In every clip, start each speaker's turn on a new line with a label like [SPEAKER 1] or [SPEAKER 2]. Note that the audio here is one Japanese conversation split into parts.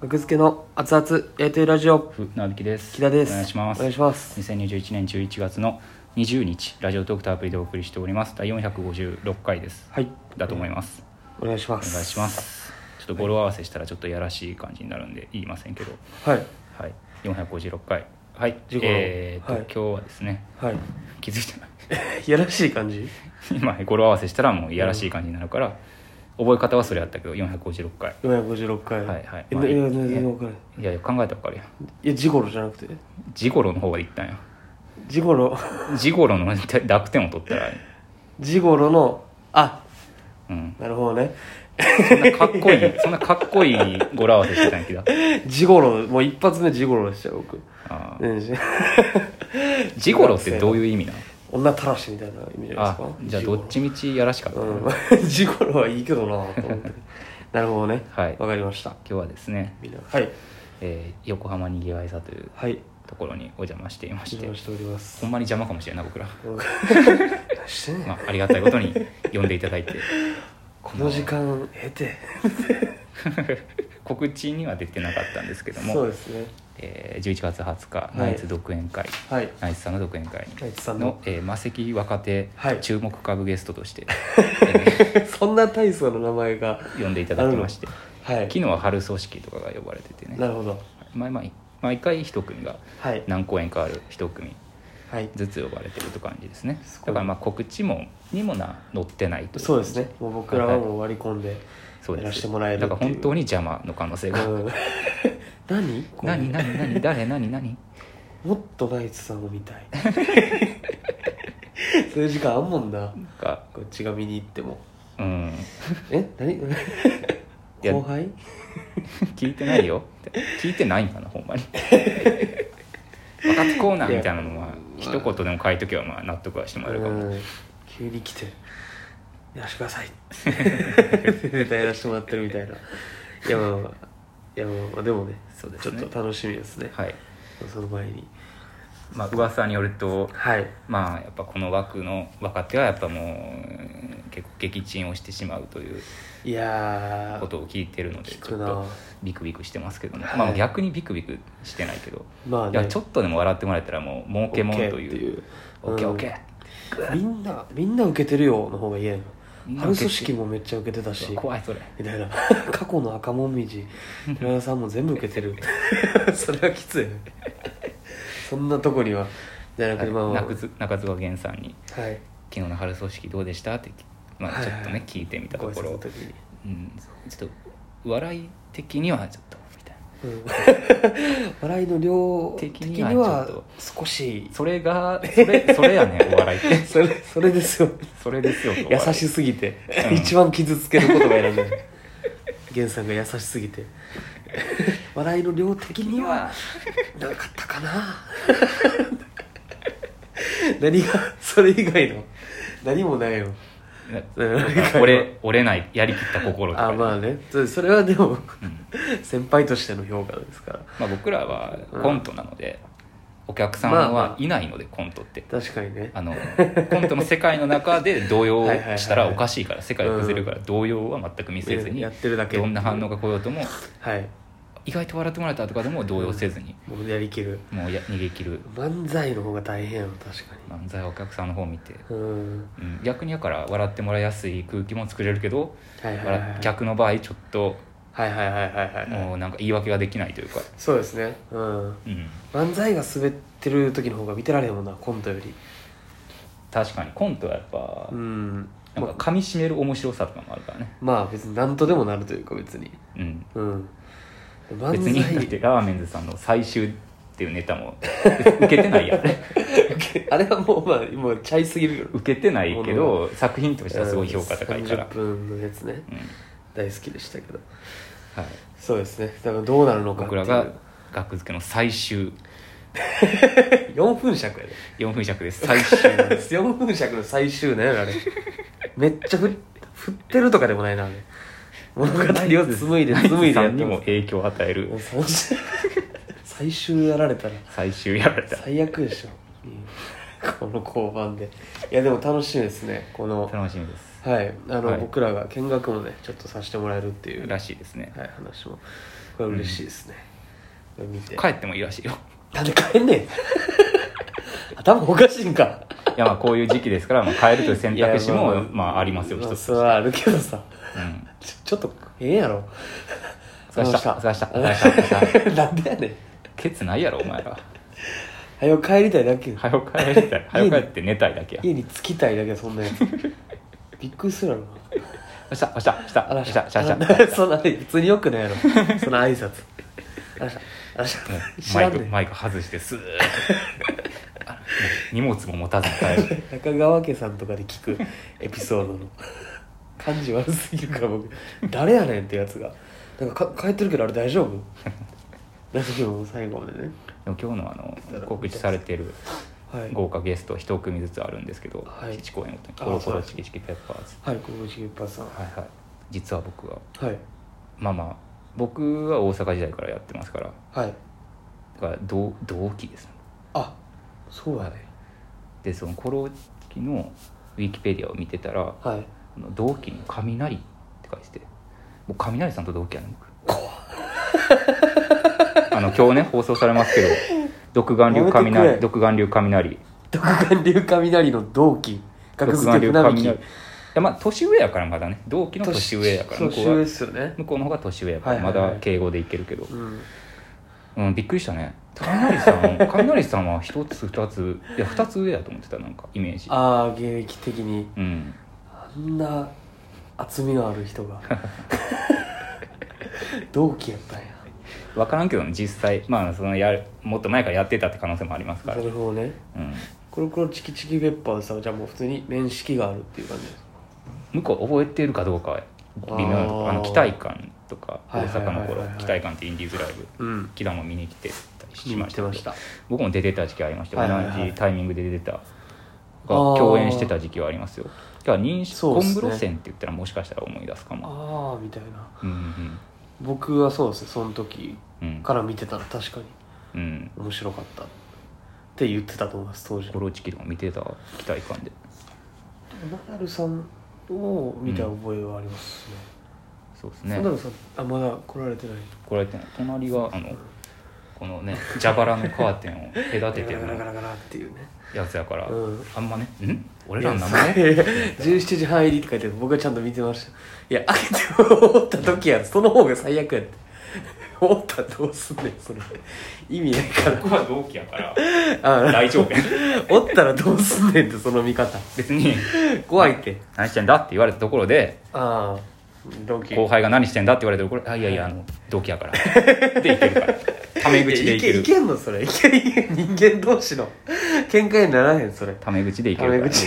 [SPEAKER 1] 学付けの熱々やりとりラジオ
[SPEAKER 2] ふなびきです
[SPEAKER 1] 木田です
[SPEAKER 2] お願いします
[SPEAKER 1] お願いします
[SPEAKER 2] 2021年11月の20日ラジオトークターアプリでお送りしております第456回です
[SPEAKER 1] はい
[SPEAKER 2] だと思います
[SPEAKER 1] お願いしま
[SPEAKER 2] お
[SPEAKER 1] す
[SPEAKER 2] 願いしますちょっと語呂合わせしたらちょっとやらしい感じになるんで言いませんけど
[SPEAKER 1] はい
[SPEAKER 2] はい456回はい
[SPEAKER 1] 時刻の
[SPEAKER 2] えーと、
[SPEAKER 1] はい
[SPEAKER 2] 今日はですね
[SPEAKER 1] はい
[SPEAKER 2] 気づいてない
[SPEAKER 1] いやらしい感じ
[SPEAKER 2] 今語呂合わせしたらもういやらしい感じになるから、覚え方はそれやったけど456回
[SPEAKER 1] 456回
[SPEAKER 2] はいはい
[SPEAKER 1] え
[SPEAKER 2] まあ
[SPEAKER 1] いや
[SPEAKER 2] いい
[SPEAKER 1] 全然わかる
[SPEAKER 2] いやいや考えたらわかるやん
[SPEAKER 1] いやジゴロじゃなくて
[SPEAKER 2] ジゴロの方がいったんや
[SPEAKER 1] ジゴロ
[SPEAKER 2] ジゴロの濁点を取ったら
[SPEAKER 1] ジゴロのあ
[SPEAKER 2] うん
[SPEAKER 1] なるほどね
[SPEAKER 2] そんなかっこいい、そんなかっこいい語呂合わせしてたん やけど。
[SPEAKER 1] ジゴロもう一発目ジゴロでしたよ僕
[SPEAKER 2] あー
[SPEAKER 1] うんし
[SPEAKER 2] ジゴロってどういう意味なの
[SPEAKER 1] 女たらしみたいな意味じゃないです
[SPEAKER 2] あ
[SPEAKER 1] か、
[SPEAKER 2] じゃあどっちみちやらしかったな。今
[SPEAKER 1] うん ジゴロはいいけどなと思って なるほどね
[SPEAKER 2] はい
[SPEAKER 1] わかりました
[SPEAKER 2] 日はですね、
[SPEAKER 1] みんなはい
[SPEAKER 2] えー横浜にぎわい座という
[SPEAKER 1] はい
[SPEAKER 2] ところにお邪魔していま
[SPEAKER 1] お
[SPEAKER 2] して
[SPEAKER 1] 邪魔、しております
[SPEAKER 2] ほんまに邪魔かもしれんない僕ら。
[SPEAKER 1] 何してんねん
[SPEAKER 2] まあ、ありがたいことに呼んでいただい て。
[SPEAKER 1] この時間経て
[SPEAKER 2] 告知には出てなかったんですけど
[SPEAKER 1] そう
[SPEAKER 2] も、
[SPEAKER 1] ですね
[SPEAKER 2] えー11月20日、
[SPEAKER 1] い
[SPEAKER 2] ナイツ独演会、
[SPEAKER 1] はい
[SPEAKER 2] ナイツさんの独演会
[SPEAKER 1] ナイツさんの
[SPEAKER 2] の、えー、魔石若手
[SPEAKER 1] はい
[SPEAKER 2] 注目株ゲストとして、
[SPEAKER 1] そんな大層の名前が
[SPEAKER 2] えー呼んでいただきまして。
[SPEAKER 1] はい
[SPEAKER 2] 昨日は春組織とかが呼ばれててね
[SPEAKER 1] なるほど
[SPEAKER 2] 毎毎毎回一組が
[SPEAKER 1] はい
[SPEAKER 2] 何公演かある一組
[SPEAKER 1] はい
[SPEAKER 2] ずつ呼ばれてると感じですね
[SPEAKER 1] すごい
[SPEAKER 2] だからまあ告知もにもな載ってないとい
[SPEAKER 1] そうですねもう僕らはも
[SPEAKER 2] は
[SPEAKER 1] う割り込んで
[SPEAKER 2] そう
[SPEAKER 1] や
[SPEAKER 2] で
[SPEAKER 1] ら
[SPEAKER 2] す
[SPEAKER 1] せてもらえる
[SPEAKER 2] だから本当
[SPEAKER 1] に
[SPEAKER 2] に邪魔の可 能性が
[SPEAKER 1] 何
[SPEAKER 2] 何何何誰何何
[SPEAKER 1] もっとナイツさんを見た いそういう時間あんもんな
[SPEAKER 2] が
[SPEAKER 1] こっちが見に行っても
[SPEAKER 2] うん
[SPEAKER 1] え何
[SPEAKER 2] いや
[SPEAKER 1] 後輩
[SPEAKER 2] 聞いてないよって聞いてないんかなほんまに分かってこうなみたいなのは一言でも書いとけばまあ納得はしてもらえるかも
[SPEAKER 1] うん急に来て「やらしてくだ さい」ネタやらせてもらってるみた いないやまあまあいやまあまあでもね
[SPEAKER 2] そうですね
[SPEAKER 1] ちょっと楽しみですね、
[SPEAKER 2] はい
[SPEAKER 1] その前に
[SPEAKER 2] まあ噂によると
[SPEAKER 1] はい
[SPEAKER 2] まあやっぱこの枠の若手はやっぱもううん結構撃沈をしてしまうという
[SPEAKER 1] いやー
[SPEAKER 2] ことを聞いてるの
[SPEAKER 1] 聞
[SPEAKER 2] でち
[SPEAKER 1] く
[SPEAKER 2] ょっ
[SPEAKER 1] な
[SPEAKER 2] とビクビクしてますけども、
[SPEAKER 1] はい
[SPEAKER 2] まあ逆にビクビクしてないけど、
[SPEAKER 1] まあ
[SPEAKER 2] いや
[SPEAKER 1] ね
[SPEAKER 2] ちょっとでも笑ってもらえたらもう儲けもんと
[SPEAKER 1] OK って
[SPEAKER 2] い
[SPEAKER 1] いう
[SPEAKER 2] うオッケー
[SPEAKER 1] うん
[SPEAKER 2] オッケ
[SPEAKER 1] みんなみんな受けてるよの方が嫌やな
[SPEAKER 2] みんな
[SPEAKER 1] 春
[SPEAKER 2] 受けて
[SPEAKER 1] 組
[SPEAKER 2] る
[SPEAKER 1] 織もめっちゃ受けてたし
[SPEAKER 2] ー怖いそれ
[SPEAKER 1] みたいな 過去の赤もみじ寺田さんも全部受け てるそれはきついそんなとこにはじゃなくてまあまあ
[SPEAKER 2] 中津中津川源さんに
[SPEAKER 1] はい
[SPEAKER 2] 「昨日の春組織どうでした?」って、まあ、
[SPEAKER 1] はい
[SPEAKER 2] ちょ
[SPEAKER 1] はい
[SPEAKER 2] っとね聞いてみたと
[SPEAKER 1] ご挨
[SPEAKER 2] こ
[SPEAKER 1] 拶
[SPEAKER 2] ろ、
[SPEAKER 1] の時に
[SPEAKER 2] うん、ちょっと笑い的にはちょっとみたいな
[SPEAKER 1] うん 笑いの量
[SPEAKER 2] 的
[SPEAKER 1] 的
[SPEAKER 2] に
[SPEAKER 1] に
[SPEAKER 2] は
[SPEAKER 1] は
[SPEAKER 2] ちょっ
[SPEAKER 1] 少し
[SPEAKER 2] それがそれそれやねんお笑い って
[SPEAKER 1] それそれですよ
[SPEAKER 2] それですよと お
[SPEAKER 1] 優
[SPEAKER 2] 笑い
[SPEAKER 1] しすぎて、
[SPEAKER 2] うん
[SPEAKER 1] 一番傷つけることが選ん でる源さんが優しすぎて 笑いの量的にはなかったかな 何がそれ以外の何もないよ
[SPEAKER 2] な
[SPEAKER 1] うん
[SPEAKER 2] 俺折れないやりきった心とか
[SPEAKER 1] あまあねそそれはでも、先輩としての評価ですから
[SPEAKER 2] まあ僕らは
[SPEAKER 1] うん
[SPEAKER 2] コントなので、お客さん
[SPEAKER 1] まあまあ
[SPEAKER 2] はいないのでコントって、
[SPEAKER 1] 確かにね
[SPEAKER 2] あ、のコントの世界の中で動揺
[SPEAKER 1] はいはいはいはい
[SPEAKER 2] したらおかしいから世界を崩れるから動揺は全く見せずに
[SPEAKER 1] やってるだけ
[SPEAKER 2] どんな反応が来ようとも
[SPEAKER 1] はい
[SPEAKER 2] 意外と笑ってもらえたとかでも動揺せずに、
[SPEAKER 1] もうやりきる
[SPEAKER 2] もうや逃げ切る
[SPEAKER 1] 漫才の方が大変やろ確か
[SPEAKER 2] 漫才はお客さんの方を見て、
[SPEAKER 1] にうん
[SPEAKER 2] うん逆にだから笑ってもらいやすい空気も作れるけど、
[SPEAKER 1] はいはいはい
[SPEAKER 2] 笑客の場合ちょっと
[SPEAKER 1] はいはいはいはいはいはい
[SPEAKER 2] もうなんか言い訳ができないというか、
[SPEAKER 1] そうですねうん
[SPEAKER 2] うん、
[SPEAKER 1] 漫才が滑ってる時の方が見てられへんもんなコントより
[SPEAKER 2] 確かにコントはやっぱ、
[SPEAKER 1] うん
[SPEAKER 2] なんか噛み締める面白さとかもあるからね、
[SPEAKER 1] まあ別に何とでもなるというか別に
[SPEAKER 2] うん、
[SPEAKER 1] うん
[SPEAKER 2] 別にだっ
[SPEAKER 1] 漫
[SPEAKER 2] てラーメンズさんの「最終」っていうネタも 受けてないやん
[SPEAKER 1] 才あれはもうまあもうちゃいすぎるよ
[SPEAKER 2] 受けてないけど作品としてはすごい評価高いから、
[SPEAKER 1] 30分のやつね
[SPEAKER 2] うんはい、
[SPEAKER 1] 大好きでしたけどそうですねだからどうなるのかってい
[SPEAKER 2] 僕ら
[SPEAKER 1] う
[SPEAKER 2] が 学付けの最終
[SPEAKER 1] 4分尺やで
[SPEAKER 2] 4分尺です最終
[SPEAKER 1] 4分尺の最終ねあれめっちゃふ振ってるとかでもないなあれ物語を紡いで
[SPEAKER 2] ナイツ
[SPEAKER 1] 紡いで
[SPEAKER 2] さ
[SPEAKER 1] やっ
[SPEAKER 2] ん
[SPEAKER 1] て
[SPEAKER 2] に
[SPEAKER 1] ま
[SPEAKER 2] も
[SPEAKER 1] す
[SPEAKER 2] 影響を与える
[SPEAKER 1] もう最終 最終やられたら
[SPEAKER 2] 最終やられた
[SPEAKER 1] 最悪でしょ、この交番でいやでも楽しみですねこの
[SPEAKER 2] 楽しみです
[SPEAKER 1] はいあの、
[SPEAKER 2] はい
[SPEAKER 1] 僕らが見学もねちょっとさせてもらえるっていう、
[SPEAKER 2] らしいですね、
[SPEAKER 1] はい、話もこれ嬉しいですね、これ見て
[SPEAKER 2] 帰ってもいいらしいよ
[SPEAKER 1] なんで帰んねん 頭おかしいんか
[SPEAKER 2] いやまあこういう時期ですから、まあ、帰るという選択肢
[SPEAKER 1] いや
[SPEAKER 2] もまあありますよ
[SPEAKER 1] まあ
[SPEAKER 2] 一つ
[SPEAKER 1] それはあるけどさ
[SPEAKER 2] うん
[SPEAKER 1] ちょちょっとええやろ
[SPEAKER 2] お疲れした
[SPEAKER 1] お疲れ
[SPEAKER 2] お疲れした
[SPEAKER 1] した なんでやねん
[SPEAKER 2] ケツないやろお前ら
[SPEAKER 1] 早く帰りたいだけよ
[SPEAKER 2] 早く帰りたい早く帰って寝たいだけや
[SPEAKER 1] 家に着きたいだけよそんなや つびっくりするやろな
[SPEAKER 2] おしたおしたおしたおしたおしたおした
[SPEAKER 1] あら そんな普通によくないやろその挨拶あらしたあらした知
[SPEAKER 2] マ
[SPEAKER 1] ら
[SPEAKER 2] イ
[SPEAKER 1] ん
[SPEAKER 2] ク
[SPEAKER 1] ねん
[SPEAKER 2] マイク外してスーッ あの荷物も持たずに 帰る
[SPEAKER 1] 中川家さんとかで聞くエピソードの感じ悪すぎるから僕誰やねんってやつがなんかか帰ってるけどあれ大丈夫大丈夫最後までね
[SPEAKER 2] でも今日のあの告知されてる
[SPEAKER 1] はい
[SPEAKER 2] 豪華ゲスト一組ずつあるんですけど、
[SPEAKER 1] はい
[SPEAKER 2] 基地公演ごとに
[SPEAKER 1] あ
[SPEAKER 2] コロコ
[SPEAKER 1] そう
[SPEAKER 2] ロ
[SPEAKER 1] です
[SPEAKER 2] チキチキペッパーズ
[SPEAKER 1] はい小口一発さんは
[SPEAKER 2] はいはい実は僕はいまあまあ僕は大阪時代からやってますから
[SPEAKER 1] はい
[SPEAKER 2] だから同同期です
[SPEAKER 1] あそうやね
[SPEAKER 2] でそのコロチキのウィキペディアを見てたら
[SPEAKER 1] はい
[SPEAKER 2] あの同期に「雷」って書いててもう雷さんと同期やねん僕あの今日ね放送されま すけど独眼
[SPEAKER 1] や
[SPEAKER 2] 流
[SPEAKER 1] めてくれ
[SPEAKER 2] 雷独眼流雷
[SPEAKER 1] 独眼流雷の同期学
[SPEAKER 2] 独
[SPEAKER 1] 付け
[SPEAKER 2] 眼流
[SPEAKER 1] 船
[SPEAKER 2] 雷
[SPEAKER 1] 引
[SPEAKER 2] いやまあ年上やからまだね同期の年上やから向こ
[SPEAKER 1] 年
[SPEAKER 2] うは
[SPEAKER 1] 上っすよね
[SPEAKER 2] 向こうの方が年上やか
[SPEAKER 1] は
[SPEAKER 2] ら
[SPEAKER 1] いは
[SPEAKER 2] ま
[SPEAKER 1] いはい
[SPEAKER 2] だ敬語でいけるけど、
[SPEAKER 1] うん
[SPEAKER 2] うん、びっくりしたね雷さん 雷さんは一つ二ついや二つ上やと思ってたなんかイメージ
[SPEAKER 1] ああ現役的に
[SPEAKER 2] うん
[SPEAKER 1] あんな厚みのある人 が同期やったんや
[SPEAKER 2] 分からんけどね実際まあそのやるもっと前からやってたって可能性もありますか
[SPEAKER 1] な
[SPEAKER 2] ら、
[SPEAKER 1] るほどね
[SPEAKER 2] うん、
[SPEAKER 1] コロコロチキチキペッパーさんはじゃあもう普通に面識があるっていう感じです
[SPEAKER 2] 向こう覚えてるかどうかは微妙なとこ
[SPEAKER 1] あー
[SPEAKER 2] あの期待感とか
[SPEAKER 1] はい
[SPEAKER 2] 大
[SPEAKER 1] はいはいはい
[SPEAKER 2] 阪
[SPEAKER 1] は
[SPEAKER 2] の
[SPEAKER 1] い
[SPEAKER 2] 頃期待感ってインディーズライブ
[SPEAKER 1] うん
[SPEAKER 2] 木田も見に来てたりし
[SPEAKER 1] 見に
[SPEAKER 2] ま
[SPEAKER 1] 来
[SPEAKER 2] してた
[SPEAKER 1] ま
[SPEAKER 2] け
[SPEAKER 1] し
[SPEAKER 2] ど
[SPEAKER 1] た
[SPEAKER 2] 僕も出てた時期ありました、
[SPEAKER 1] はいはいはい
[SPEAKER 2] 同じタイミングで出てた
[SPEAKER 1] あー
[SPEAKER 2] 共演してた時期はありますよだから認識、
[SPEAKER 1] そうっ
[SPEAKER 2] コ
[SPEAKER 1] すね
[SPEAKER 2] ンブロ線って言ったらもしかしたら思い出すかも
[SPEAKER 1] ああみたいな
[SPEAKER 2] うんうん
[SPEAKER 1] 僕はそうですねその時
[SPEAKER 2] うん
[SPEAKER 1] から見てたら確かに
[SPEAKER 2] うん
[SPEAKER 1] 面白かったって言ってたと思います当時
[SPEAKER 2] コロチキとか見てた期待感で
[SPEAKER 1] ナダルさんを見た覚えはありますね、
[SPEAKER 2] そうです
[SPEAKER 1] ナ
[SPEAKER 2] ね
[SPEAKER 1] ダルさんあまだ来られてない
[SPEAKER 2] これってね隣があのこのね蛇腹のカーテンを隔てて
[SPEAKER 1] ガラガラガラ
[SPEAKER 2] る
[SPEAKER 1] ガラっていうね
[SPEAKER 2] やつやから、
[SPEAKER 1] うん
[SPEAKER 2] あんまね「ん俺らの名
[SPEAKER 1] いや
[SPEAKER 2] 前?
[SPEAKER 1] いや17時 半入りって書いてある僕はちゃんと見てましたいや開けて思った時やその方が最悪やって思ったらどうすんねんそれ意味ない」から
[SPEAKER 2] 僕は同期やから
[SPEAKER 1] あ
[SPEAKER 2] 大丈夫や
[SPEAKER 1] おったらどうすんねんってその見方
[SPEAKER 2] 別に
[SPEAKER 1] 怖いって
[SPEAKER 2] 「何してんだ?」って言われたところで
[SPEAKER 1] ああ同期
[SPEAKER 2] 後輩が「何してんだ?」って言われたところ「あいやいやあの同期やから」でい けるからタメ口でいけ
[SPEAKER 1] い
[SPEAKER 2] る
[SPEAKER 1] けんのそれいけいけ人間同士の喧嘩にならへんそれ
[SPEAKER 2] タメ口でいけ
[SPEAKER 1] タ
[SPEAKER 2] る
[SPEAKER 1] メ
[SPEAKER 2] から
[SPEAKER 1] 口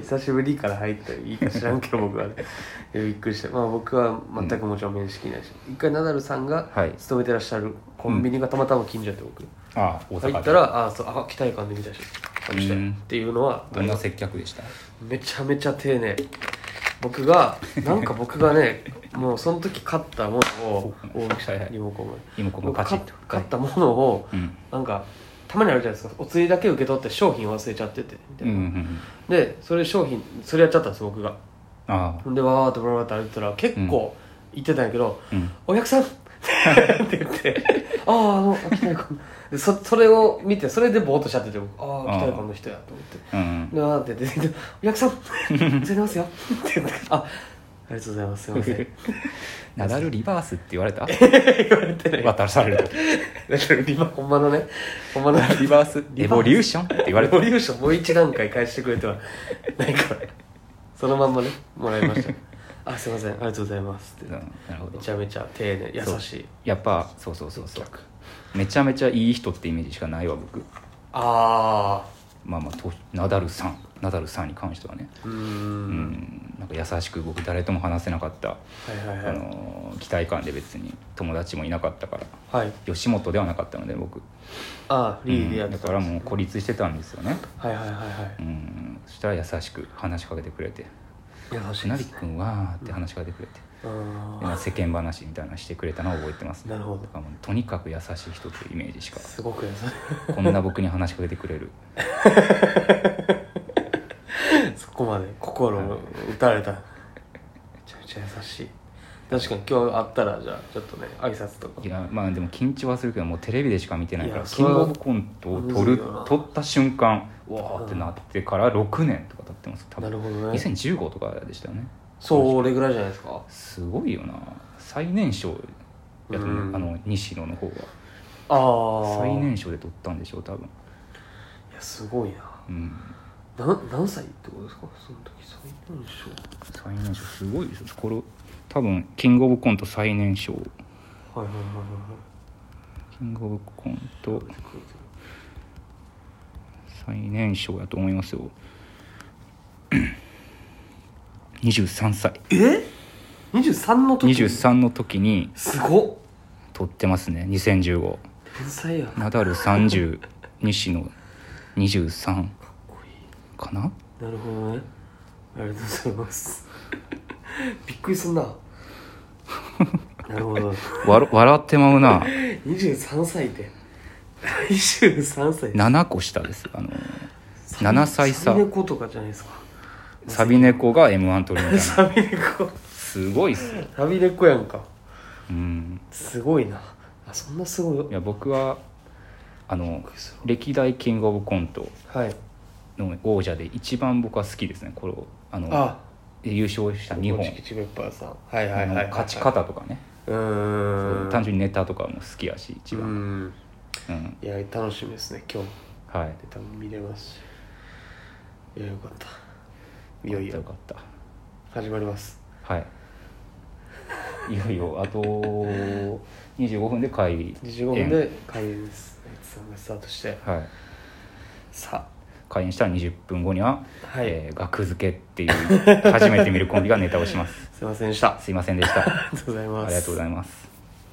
[SPEAKER 1] 久しぶりから入ったいいか知らんけど僕はねいやびっくりしたまあ僕は全くもちろん面識ないし、一回ナダルさんが
[SPEAKER 2] はい
[SPEAKER 1] 勤めてらっしゃるコンビニがたまたま近所やって僕、
[SPEAKER 2] ああ大阪で
[SPEAKER 1] 入ったらああそうあ期待感で見たしあ来たよ
[SPEAKER 2] うん
[SPEAKER 1] っていうのは
[SPEAKER 2] どんな接客でした
[SPEAKER 1] めちゃめちゃ丁寧僕がなんか僕が ねもうその時買ったものを
[SPEAKER 2] はい
[SPEAKER 1] 大きさ
[SPEAKER 2] はいはい
[SPEAKER 1] リモコンが
[SPEAKER 2] リモコンが
[SPEAKER 1] 僕
[SPEAKER 2] パチ
[SPEAKER 1] 買
[SPEAKER 2] ッ
[SPEAKER 1] っ
[SPEAKER 2] と
[SPEAKER 1] 買ったものを
[SPEAKER 2] うん
[SPEAKER 1] なんかたまにあるじゃないですかお釣りだけ受け取って商品忘れちゃっててみた
[SPEAKER 2] うん
[SPEAKER 1] い
[SPEAKER 2] うん
[SPEAKER 1] な、
[SPEAKER 2] うん
[SPEAKER 1] でそれ商品それやっちゃったんです僕が
[SPEAKER 2] ああ
[SPEAKER 1] ほんでわーっとブラブラって歩いてたら結構行ってたんやけど
[SPEAKER 2] うん
[SPEAKER 1] 「お客さん! 」 って言って「あああの秋田ゆかのでそそれを見てそれでぼーっとしちゃってて僕ああ秋田ゆかの人やと思って
[SPEAKER 2] うんうん
[SPEAKER 1] でわーって出てきて「お 客さんお世話になりますよ」って言って「あありがとうございますすい ません」
[SPEAKER 2] ナダルリバースって言 われた
[SPEAKER 1] 言われてない
[SPEAKER 2] 渡される時
[SPEAKER 1] だから今ほんまのねほんまの
[SPEAKER 2] リバース
[SPEAKER 1] リ
[SPEAKER 2] エ
[SPEAKER 1] バース
[SPEAKER 2] ボリューションって言わ れた
[SPEAKER 1] ボリューションもう一段階返してくれてはないからそのまんまねもらいま した「あすいませんありがとうございます」って
[SPEAKER 2] うんなるほど
[SPEAKER 1] めちゃめちゃ丁寧優しい
[SPEAKER 2] やっぱそうそうそうそうめちゃめちゃいい人ってイメージしかないわ僕
[SPEAKER 1] あ
[SPEAKER 2] まあまあとナダルさんナダルさんに関してはね
[SPEAKER 1] あうー
[SPEAKER 2] うんんなんか優しく僕誰とも話せなかった、
[SPEAKER 1] はいはい
[SPEAKER 2] あ
[SPEAKER 1] はい
[SPEAKER 2] のー期待感で別に友達もいなかったから
[SPEAKER 1] はい
[SPEAKER 2] 吉本ではなかったので僕
[SPEAKER 1] あーリーでや
[SPEAKER 2] う
[SPEAKER 1] っ
[SPEAKER 2] ん
[SPEAKER 1] て
[SPEAKER 2] だ
[SPEAKER 1] た
[SPEAKER 2] からもう孤立してたんですよね
[SPEAKER 1] はいはいはいは
[SPEAKER 2] うんそしたら優しく話しかけてくれて
[SPEAKER 1] い優
[SPEAKER 2] 「
[SPEAKER 1] しいで
[SPEAKER 2] 成
[SPEAKER 1] すね
[SPEAKER 2] 君は」って話しかけてくれて、
[SPEAKER 1] う
[SPEAKER 2] でま
[SPEAKER 1] ー
[SPEAKER 2] あ
[SPEAKER 1] ん
[SPEAKER 2] 世間話みたいなのしてくれたのを覚えてます
[SPEAKER 1] なるほど
[SPEAKER 2] だからもうとにかく優しい人っていうイメージしか
[SPEAKER 1] すごく優し
[SPEAKER 2] こんな僕に話しかけてく れる
[SPEAKER 1] いそこまで心を打たれたちゃ優しい確かに今日会ったらじゃあちょっとね挨拶とか
[SPEAKER 2] いやまあでも緊張はするけどもうテレビでしか見てないか
[SPEAKER 1] い
[SPEAKER 2] ら
[SPEAKER 1] や
[SPEAKER 2] キングオブコントを撮
[SPEAKER 1] むずい
[SPEAKER 2] る
[SPEAKER 1] よな
[SPEAKER 2] 撮った瞬間わーってなってから6年とか経ってます多
[SPEAKER 1] なる
[SPEAKER 2] 分
[SPEAKER 1] ほどね
[SPEAKER 2] 2015とかでしたよね
[SPEAKER 1] そう俺ぐらいじゃないですか
[SPEAKER 2] すごいよな最年少やと思う
[SPEAKER 1] うん
[SPEAKER 2] あの西野の方が
[SPEAKER 1] ああ
[SPEAKER 2] 最
[SPEAKER 1] い
[SPEAKER 2] 年少で撮ったんでしょう多分
[SPEAKER 1] やすごいな
[SPEAKER 2] うん
[SPEAKER 1] な何歳ってことですかその時最年
[SPEAKER 2] 最年少すごいですよこれ多分キングオブコント最年少
[SPEAKER 1] 少はいはいはいはい
[SPEAKER 2] キングオブコン
[SPEAKER 1] は
[SPEAKER 2] ト
[SPEAKER 1] い
[SPEAKER 2] 最年少やと思いますよ 23歳
[SPEAKER 1] え23の時
[SPEAKER 2] 23の時に
[SPEAKER 1] すごっ
[SPEAKER 2] 撮ってますね2015
[SPEAKER 1] 天才やかっ
[SPEAKER 2] ナダル30西野23
[SPEAKER 1] こい
[SPEAKER 2] かない
[SPEAKER 1] なるほどねありがとうございます びっくりすんななるほど
[SPEAKER 2] わろ笑ってまうな
[SPEAKER 1] 23歳って23歳
[SPEAKER 2] 7個下ですあの7歳差
[SPEAKER 1] サビ猫とかじゃないですか
[SPEAKER 2] サビ猫が m 1撮るみたいな
[SPEAKER 1] サビ猫
[SPEAKER 2] すごいっす
[SPEAKER 1] サビ猫やんか
[SPEAKER 2] うん
[SPEAKER 1] すごいなあそんなすごい
[SPEAKER 2] いや僕はあの
[SPEAKER 1] びっくりする
[SPEAKER 2] 歴代キングオブコント
[SPEAKER 1] はい
[SPEAKER 2] の王者で一番僕は好きですねこれをあの
[SPEAKER 1] あ
[SPEAKER 2] 優勝した
[SPEAKER 1] 日
[SPEAKER 2] 2
[SPEAKER 1] 本
[SPEAKER 2] 本
[SPEAKER 1] チキチキペッパーさんはいはいは
[SPEAKER 2] あの
[SPEAKER 1] いはい
[SPEAKER 2] 勝ち方とかね
[SPEAKER 1] うーん
[SPEAKER 2] 単純にネタとかも好きやし一
[SPEAKER 1] う
[SPEAKER 2] 番
[SPEAKER 1] ん
[SPEAKER 2] うん
[SPEAKER 1] いや楽しみですね今日
[SPEAKER 2] はい
[SPEAKER 1] ネタも見れますしいやよかったいよい
[SPEAKER 2] よ
[SPEAKER 1] よ
[SPEAKER 2] かったよかっ
[SPEAKER 1] 始まります
[SPEAKER 2] たはいいよいよあと25分で会議
[SPEAKER 1] 25分で開演ですナイツさんがスタートして
[SPEAKER 2] はい
[SPEAKER 1] さ
[SPEAKER 2] 開演したら20分後には
[SPEAKER 1] あ
[SPEAKER 2] 「
[SPEAKER 1] はい、
[SPEAKER 2] えー額付け」っていう初めて見るコンビがネタをします
[SPEAKER 1] すいませんでしたあ
[SPEAKER 2] すいませんでしたあ
[SPEAKER 1] りがとうございます
[SPEAKER 2] りがとうございます